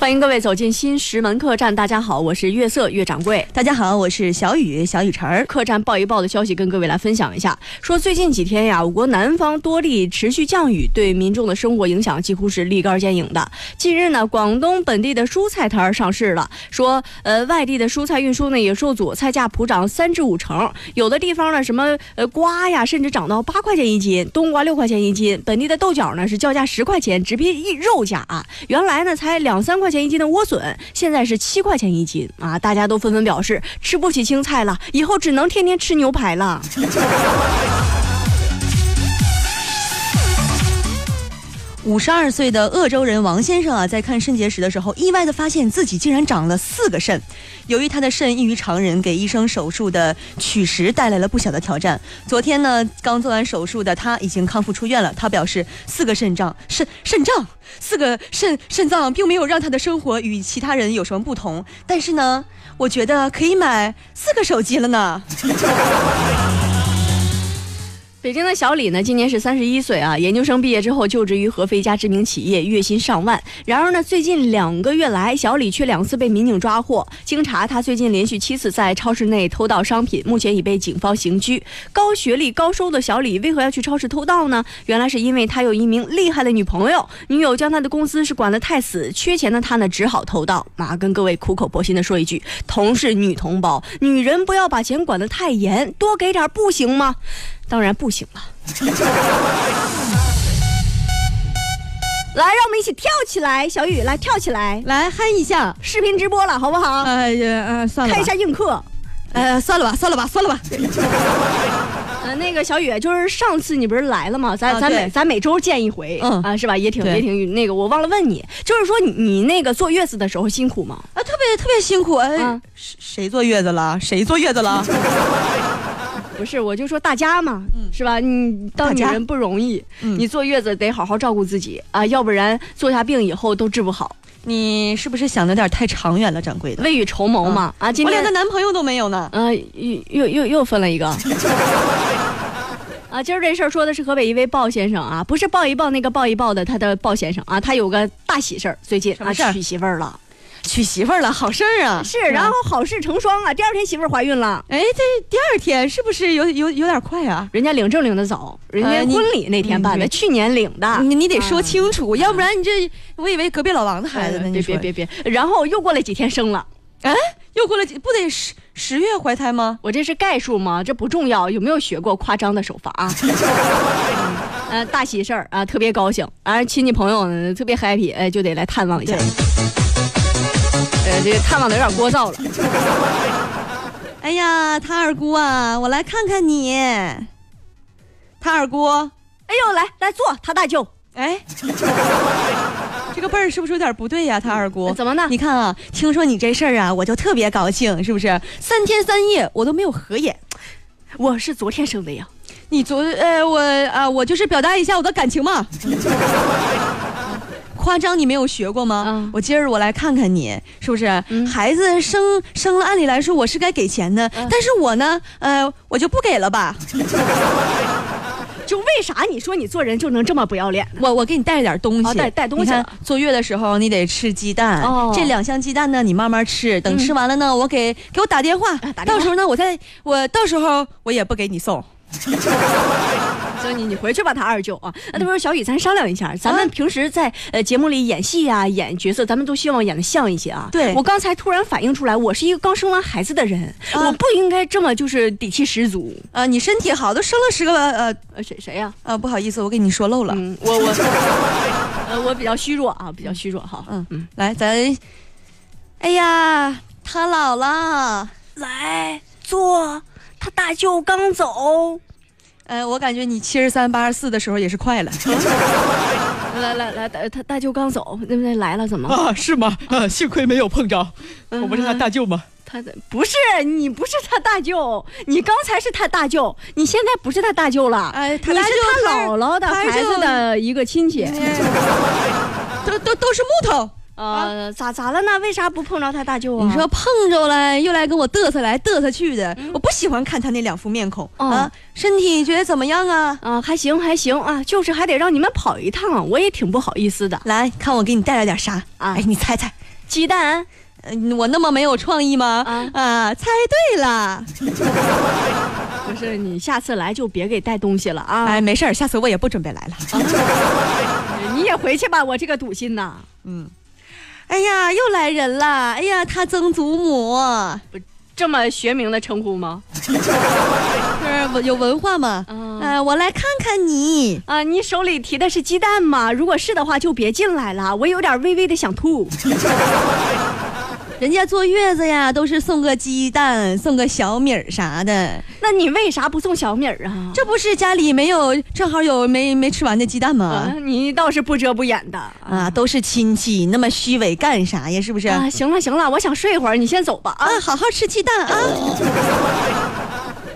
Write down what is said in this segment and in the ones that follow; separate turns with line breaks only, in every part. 欢迎各位走进新石门客栈。大家好，我是月色月掌柜。
大家好，我是小雨小雨晨儿。
客栈报一报的消息跟各位来分享一下，说最近几天呀，我国南方多地持续降雨，对民众的生活影响几乎是立竿见影的。近日呢，广东本地的蔬菜摊儿上市了，说呃外地的蔬菜运输呢也受阻，菜价普涨三至五成，有的地方呢什么呃瓜呀，甚至涨到八块钱一斤，冬瓜六块钱一斤，本地的豆角呢是叫价十块钱，直逼一肉价啊。原来呢才两三块钱一斤的莴笋，现在是七块钱一斤啊！大家都纷纷表示吃不起青菜了，以后只能天天吃牛排了。
五十二岁的鄂州人王先生啊，在看肾结石的时候，意外的发现自己竟然长了四个肾。由于他的肾异于常人，给医生手术的取石带来了不小的挑战。昨天呢，刚做完手术的他已经康复出院了。他表示，四个肾脏，肾肾脏，四个肾肾脏，并没有让他的生活与其他人有什么不同。但是呢，我觉得可以买四个手机了呢。
北京的小李呢，今年是三十一岁啊，研究生毕业之后就职于合肥一家知名企业，月薪上万。然而呢，最近两个月来，小李却两次被民警抓获。经查，他最近连续七次在超市内偷盗商品，目前已被警方刑拘。高学历高收的小李为何要去超市偷盗呢？原来是因为他有一名厉害的女朋友，女友将他的工资是管得太死，缺钱的他呢只好偷盗。啊，跟各位苦口婆心的说一句，同是女同胞，女人不要把钱管得太严，多给点不行吗？当然不行了。来，让我们一起跳起来，小雨来跳起来，
来嗨一下，
视频直播了，好不好？
哎呀，啊，算了
开
吧
一，下映客。
呃，算了吧，算了吧，算了吧。
呃，那个小雨，就是上次你不是来了吗？咱、
啊
咱
对
每咱每周见一回，
嗯
啊，是吧？也挺
对
也挺那个，我忘了问你，就是说你你那个坐月子的时候辛苦吗？
啊，特别特别辛苦。哎，
嗯
谁谁坐月子了？谁坐月 子了？
不是，我就说大家嘛，是吧？你当
大
女
家
人不容易，
嗯
你坐月子得好好照顾自己啊，要不然坐下病以后都治不好。
你是不是想的有点太长远了，掌柜的？
未雨绸缪嘛，啊，今
我
天
连个男朋友都没有呢。
啊，又又又又分了一个。 啊，今儿这事儿说的是河北一位鲍先生啊，不是抱一抱那个抱一抱的，他的鲍先生啊，他有个大喜事儿，最近
什
啊
么事儿
娶媳妇儿了，嗯
娶媳妇儿了，好事儿啊！
是，然后好事成双啊，第二天媳妇儿怀孕了，
哎，这第二天是不是有有有点快啊？
人家领证领的早，人家
呃你
婚礼那天办的，
嗯
去年领的。
你你得说清楚，要不然你这我以为隔壁老王的孩子呢。
哎
你
别
说
嗯别别别，然后又过了几天生了，
又过了几不得十十月怀胎吗？
我这是概述吗？这不重要，有没有学过夸张的手法 啊？呃，大喜事儿啊，特别高兴，啊，亲戚朋友呢特别 happy，哎，就得来探望一下。呃，这个探望的有点聒噪了。
哎呀，他二姑啊，我来看看你。他二姑，
哎呦，来来坐，他大舅
哎，这个辈儿是不是有点不对呀、他二姑
怎么呢？
你看啊，听说你这事儿啊，我就特别高兴，是不是？三天三夜我都没有合眼。
我是昨天生的呀，
你昨呃，我啊、我就是表达一下我的感情嘛。 夸张，你没有学过吗？
嗯
我今儿我来看看你，是不是？
嗯
孩子生生了，按理来说我是该给钱的，
嗯
但是我呢，呃，我就不给了吧。
就为啥你说你做人就能这么不要脸呢？
我我给你带点东西，
哦带带东西
你看
了
坐月的时候你得吃鸡蛋，
哦
这两箱鸡蛋呢你慢慢吃，等
嗯
吃完了呢，我给给我打电话，
啊打电话
到时候呢我再我到时候我也不给你送。
就你你回去吧，他二舅啊。那他说小雨，咱商量一下，咱们平时在呃节目里演戏呀、演角色，咱们都希望演的像一些啊。
对
我刚才突然反应出来，我是一个刚生完孩子的人，
啊
我不应该这么就是底气十足。
啊，你身体好，都生了十个了，呃
呃，谁谁呀、
呃，不好意思，我给你说漏了。
嗯，我我呃我比较虚弱啊，比较虚弱哈。
嗯嗯，来咱，哎呀，他老了，
来坐，他大舅刚走。
呃，我感觉你七十三、八十四的时候也是快了
来来来，大他大舅刚走，那那来了怎么？
啊，是吗？啊，幸亏没有碰着，我不是他大舅吗？
他的不是你，不是他大舅，你刚才是他大舅，你现在不是他大舅了，
哎他
你
大
是哎
舅
他
他
姥姥的
他
孩子
舅哎
的一个亲戚。
都都都是木头。
呃，咋咋了呢？为啥不碰着他大舅啊？
啊你说碰着了，又来跟我嘚瑟来嘚瑟去的，我不喜欢看他那两副面孔、
嗯
啊。身体觉得怎么样啊？
啊，还行还行啊，就是还得让你们跑一趟，我也挺不好意思的
来看我给你带来点啥
啊
哎，你猜猜，
鸡蛋
呃我那么没有创意吗？
啊
啊，猜对了。
不是你下次来就别给带东西了啊！
哎，没事儿，下次我也不准备来了。
你也回去吧，我这个赌心呐。
哎呀，又来人了！哎呀，他曾祖母，
这么学名的称呼吗？
是有文化嘛？
嗯
哎，我来看看你。
啊，你手里提的是鸡蛋吗？如果是的话，就别进来了，我有点微微的想吐。
人家坐月子呀，都是送个鸡蛋，送个小米儿啥的。
那你为啥不送小米儿啊？
这不是家里没有，正好有没没吃完的鸡蛋
啊
吗？，
你倒是不遮不掩的啊
啊，都是亲戚，那么虚伪干啥呀？是不是？
啊！行了行了，我想睡会儿，你先走吧啊
啊，好好吃鸡蛋啊！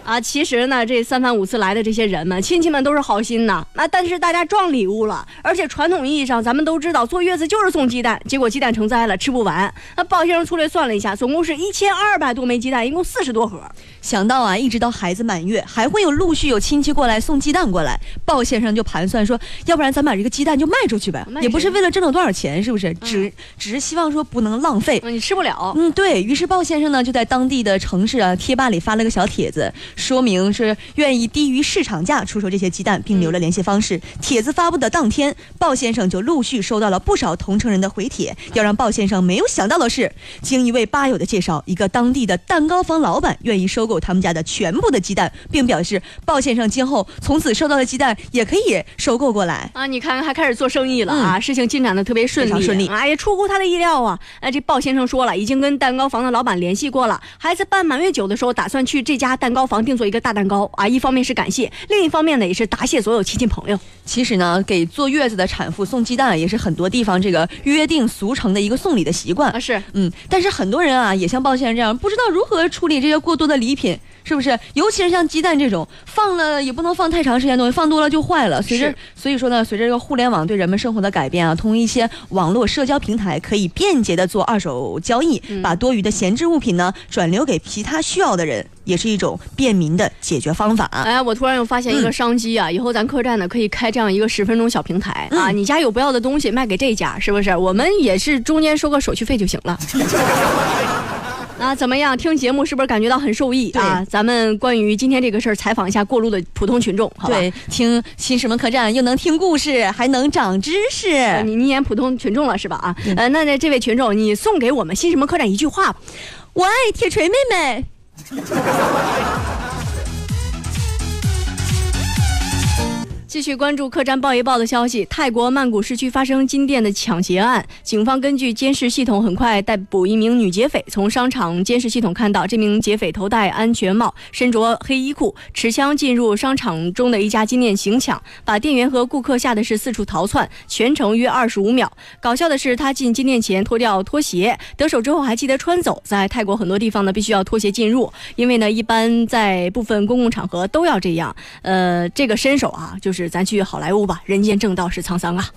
啊！其实呢，这三番五次来的这些人们，亲戚们都是好心呐。那、但是大家撞礼物了，而且传统意义上咱们都知道，坐月子就是送鸡蛋，结果鸡蛋成灾了，吃不完。那鲍先生粗略算了一下，总共是一千二百多枚鸡蛋，一共四十多盒。
想到啊，一直到孩子满月，还会有陆续有亲戚过来送鸡蛋过来。鲍先生就盘算说，要不然咱把这个鸡蛋就卖出去呗
卖，谁
也不是为了挣了多少钱，是不是？只只是希望说不能浪费。
嗯，你吃不了。
嗯，对于是鲍先生呢，就在当地的城市啊贴吧里发了个小帖子，说明是愿意低于市场价出售这些鸡蛋，并留了联系方式。帖子发布的当天，鲍先生就陆续收到了不少同城人的回帖。要让鲍先生没有想到的是，经一位吧友的介绍，一个当地的蛋糕房老板愿意收购他们家的全部的鸡蛋，并表示鲍先生今后从此收到的鸡蛋也可以收购过来。
啊，你看看，还开始做生意了啊！事情进展的特别顺
嗯非
利，
常顺利
哎呀，出乎他的意料啊！哎，这鲍先生说了，已经跟蛋糕房的老板联系过了，孩子办满月酒的时候，打算去这家蛋糕房定做一个大蛋糕啊。一方面是感谢，另一方面呢，也是答谢所有亲戚朋友。
其实呢，给坐月子的产妇送鸡蛋也是很多地方这个约定俗成的一个送礼的习惯。
是，
嗯，但是很多人啊，也像鲍先生这样，不知道如何处理这些过多的礼品，是不是？尤其是像鸡蛋这种，放了也不能放太长时间的东西，放多了就坏了。随着
是
所以说呢，随着这个互联网对人们生活的改变啊，通过一些网络社交平台，可以便捷的做二手交易，把多余的闲置物品呢转留给其他需要的人，也是一种便民的解决方法。
哎，我突然又发现一个商机啊！以后咱客栈呢可以开这样一个十分钟小平台、啊，你家有不要的东西卖给这家，是不是？我们也是中间收个手续费就行了。 啊，怎么样？听节目是不是感觉到很受益啊？咱们关于今天这个事儿，采访一下过路的普通群众，好吧？
对，听新什么客栈又能听故事，还能长知识。
呃你你演普通群众了是吧？啊，呃，那那这位群众，你送给我们新什么客栈一句话吧。
我爱铁锤妹妹。
继续关注客栈报一报的消息，泰国曼谷市区发生金店的抢劫案，警方根据监视系统很快逮捕一名女劫匪。从商场监视系统看到，这名劫匪头戴安全帽，身着黑衣裤，持枪进入商场中的一家金店行抢，把店员和顾客吓得是四处逃窜，全程约二十五秒。搞笑的是，他进金店前脱掉拖鞋，得手之后还记得穿走。在泰国很多地方呢，必须要脱鞋进入，因为呢，一般在部分公共场合都要这样。呃，这个身手啊，就是咱去好莱坞吧，人间正道是沧桑啊。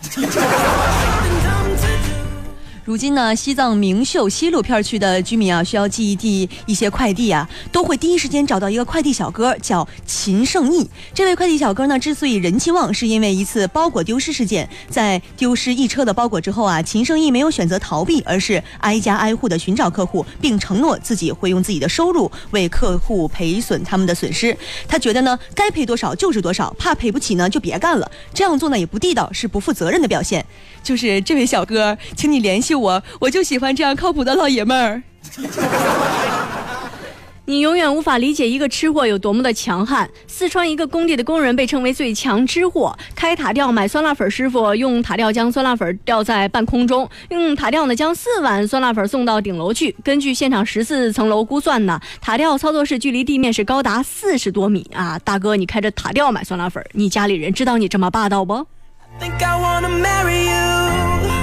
如今呢，西藏明秀西路片区的居民啊，需要寄递一些快递啊，都会第一时间找到一个快递小哥，叫秦胜义。这位快递小哥呢，之所以人气旺，是因为一次包裹丢失事件，在丢失一车的包裹之后啊，秦胜义没有选择逃避，而是挨家挨户的寻找客户，并承诺自己会用自己的收入为客户赔损他们的损失。他觉得呢，该赔多少就是多少，怕赔不起呢就别干了。这样做呢也不地道，是不负责任的表现。就是这位小哥，请你联系我，我就喜欢这样靠谱的老爷们儿。
你永远无法理解一个吃货有多么的强悍。四川一个工地的工人被称为最强吃货，开塔吊买酸辣粉师傅用塔吊将酸辣粉吊在半空中，用塔吊呢将四碗酸辣粉送到顶楼去。根据现场十四层楼估算呢，塔吊操作室距离地面是高达四十多米啊！大哥，你开着塔吊买酸辣粉，你家里人知道你这么霸道不？
think I wanna marry you.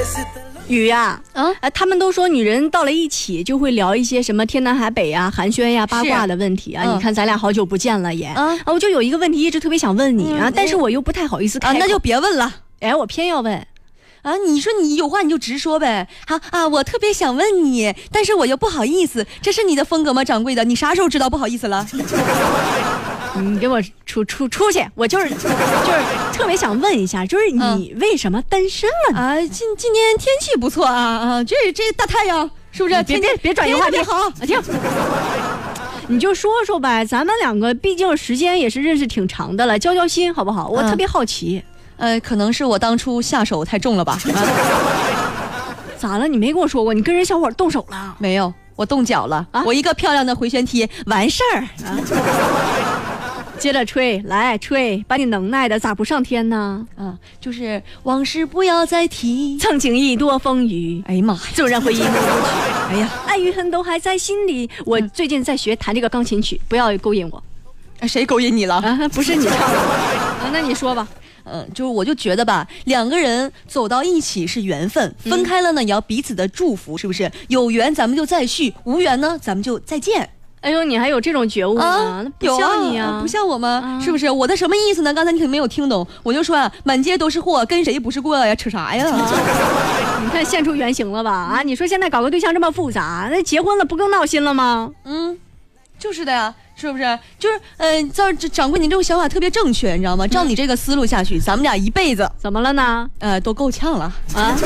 Is it the
雨呀、啊，哎、他们都说女人到了一起就会聊一些什么天南海北呀、寒暄呀、八卦的问题啊。
嗯
你看咱俩好久不见了也，
嗯
啊，我就有一个问题一直特别想问你啊，
嗯
但是我又不太好意思开
啊，
口
那就别问了
哎，我偏要问，
啊！你说你有话你就直说呗。好啊，我特别想问你，但是我又不好意思，这是你的风格吗，掌柜的？你啥时候知 道不好意思了？
你给我出出出去，我就是就是特别想问一下，就是你为什么单身了呢？
啊，今今年天气不错啊啊，这这大太阳是不是？
别
天
别别转移话题
天特别好，啊这样
你就说说呗，咱们两个毕竟时间也是认识挺长的了，交交心好不好？我
嗯
特别好奇，
呃，可能是我当初下手太重了 吧？
咋了？你没跟我说过，你跟人小伙动手了？
没有，我冻脚了，
啊
我一个漂亮的回旋踢完事儿。
啊接着吹，来吹，把你能耐的咋不上天呢？
啊，就是往事不要再提。
曾经一多风雨，
哎呀妈呀，
纵然回忆怒如曲，
哎呀，
爱与恨都还在心里。我最近在学弹这个钢琴曲，不要勾引我
哎谁勾引你了？
啊！不是你唱的啊，那你说吧。
嗯，就是我就觉得吧，两个人走到一起是缘分，分开了呢也要彼此的祝福，是不是？有缘咱们就再续，无缘呢咱们就再见
哎呦，你还有这种觉悟
啊
呢？那！不
有
像你
啊，不像我吗？是不是？我的什么意思呢？刚才你可能没有听懂，我就说啊，满街都是货，跟谁不是过呀？扯啥呀？
你看现出原形了吧？啊，你说现在搞个对象这么复杂，那结婚了不更闹心了吗？
嗯，就是的呀，是不是？就是，嗯、呃，这掌柜，你这种想法特别正确，你知道吗？照你这个思路下去，咱们俩一辈子，
怎么了呢？
呃，都够呛了。
啊！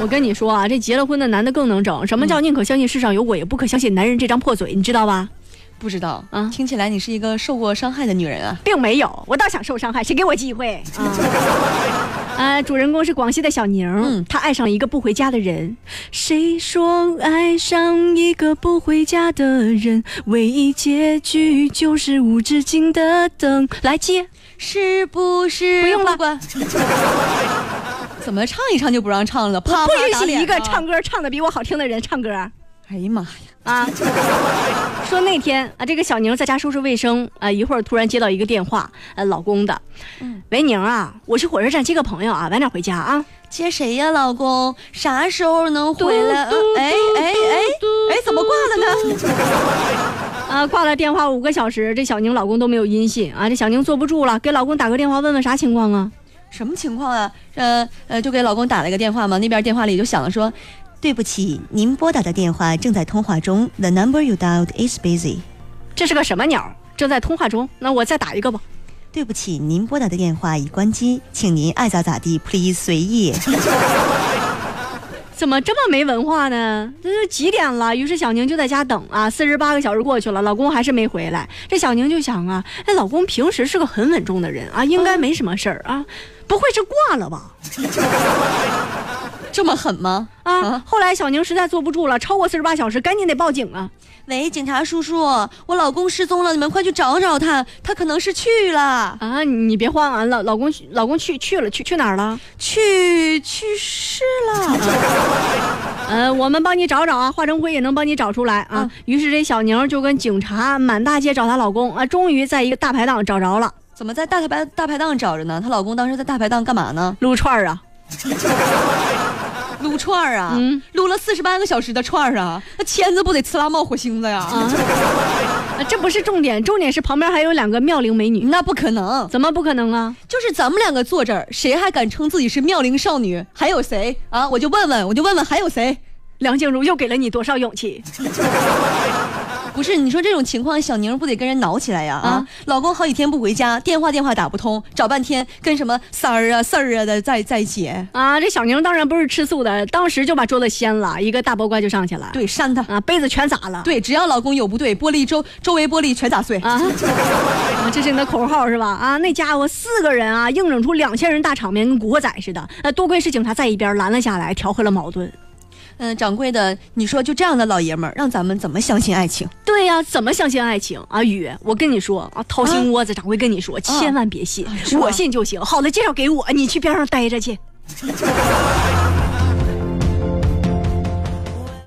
我跟你说啊，这结了婚的男的更能整。什么叫宁可相信世上有鬼，也不可相信男人这张破嘴，你知道吧？
不知道
啊
听起来你是一个受过伤害的女人啊。
并没有，我倒想受伤害，谁给我机会啊？啊，主人公是广西的小宁，
嗯
他爱上一个不回家的人。谁说爱上一个不回家的人，唯一结局就是无止境的等？来接，
是不是？
不用了
管。 怎么唱一唱就不让唱了？啪
不
啪打
允许
脸
一个
了
唱。歌唱的比我好听的人唱歌啊！
哎呀妈呀！
啊，说那天啊，这个小宁在家收拾卫生啊，一会儿突然接到一个电话，呃，老公的，喂宁啊，我是火车站接个朋友啊，晚点回家啊。
接谁呀，老公？啥时候能回来？
呃
啊哎哎哎哎，怎么挂了呢？
啊，挂了电话五个小时，这小宁老公都没有音信啊。这小宁坐不住了，给老公打个电话问问啥情况啊？
什么情况啊？呃呃，就给老公打了个电话嘛，那边电话里就响了说。对不起，您拨打的电话正在通话中。The number you dialed is busy。
这是个什么鸟？正在通话中，那我再打一个吧。
对不起，您拨打的电话已关机，请您爱咋咋地，please 随意。
怎么这么没文化呢？这都几点了？于是小宁就在家等啊，四十八个小时过去了，老公还是没回来。这小宁就想啊，哎，老公平时是个很稳重的人啊，应该没什么事儿啊，不会是挂了吧？
这么狠吗？
啊！后来小宁实在坐不住了，超过四十八小时，赶紧得报警啊！
喂，警察叔叔，我老公失踪了，你们快去找找他，他可能是去了，
啊，你你别慌啊，老老公老公去去了，去去哪儿了？
去去世 了。
呃，我们帮你找找啊，化妆会也能帮你找出来啊。于是这小宁就跟警察满大街找她老公啊，终于在一个大排档找着了，
怎么在大排大排档找着呢？她老公当时在大排档干嘛呢？
撸串儿啊。
撸串儿啊，
嗯
撸了四十八个小时的串儿啊，那签子不得呲啦冒火星子呀？
啊， 啊这不是重点，重点是旁边还有两个妙龄美女，
那不可能，
怎么不可能啊？
就是咱们两个坐这儿，谁还敢称自己是妙龄少女？还有谁啊？我就问问，我就问问还有谁？
梁静茹又给了你多少勇气？
不是，你说这种情况，小宁不得跟人挠起来呀？啊，老公好几天不回家，电话电话打不通，找半天跟什么三儿啊、四 儿啊的在在一起。
啊，这小宁当然不是吃素的，当时就把桌子掀了，一个大包怪就上去了，
对，扇他。
啊，杯子全砸了，
对，只要老公有不对，玻璃周周围玻璃全打碎。
啊，啊这是你的口号是吧？啊，那家伙四个人啊，硬整出两千人大场面，跟古惑仔似的。那多亏是警察在一边拦了下来，调和了矛盾。
嗯、掌柜的，你说就这样的老爷们儿，让咱们怎么相信爱情？
对呀、怎么相信爱情啊？雨，我跟你说啊，掏心窝子，掌柜跟你说，千万别信，
是吗
我信就行。好的，介绍给我，你去边上待着去。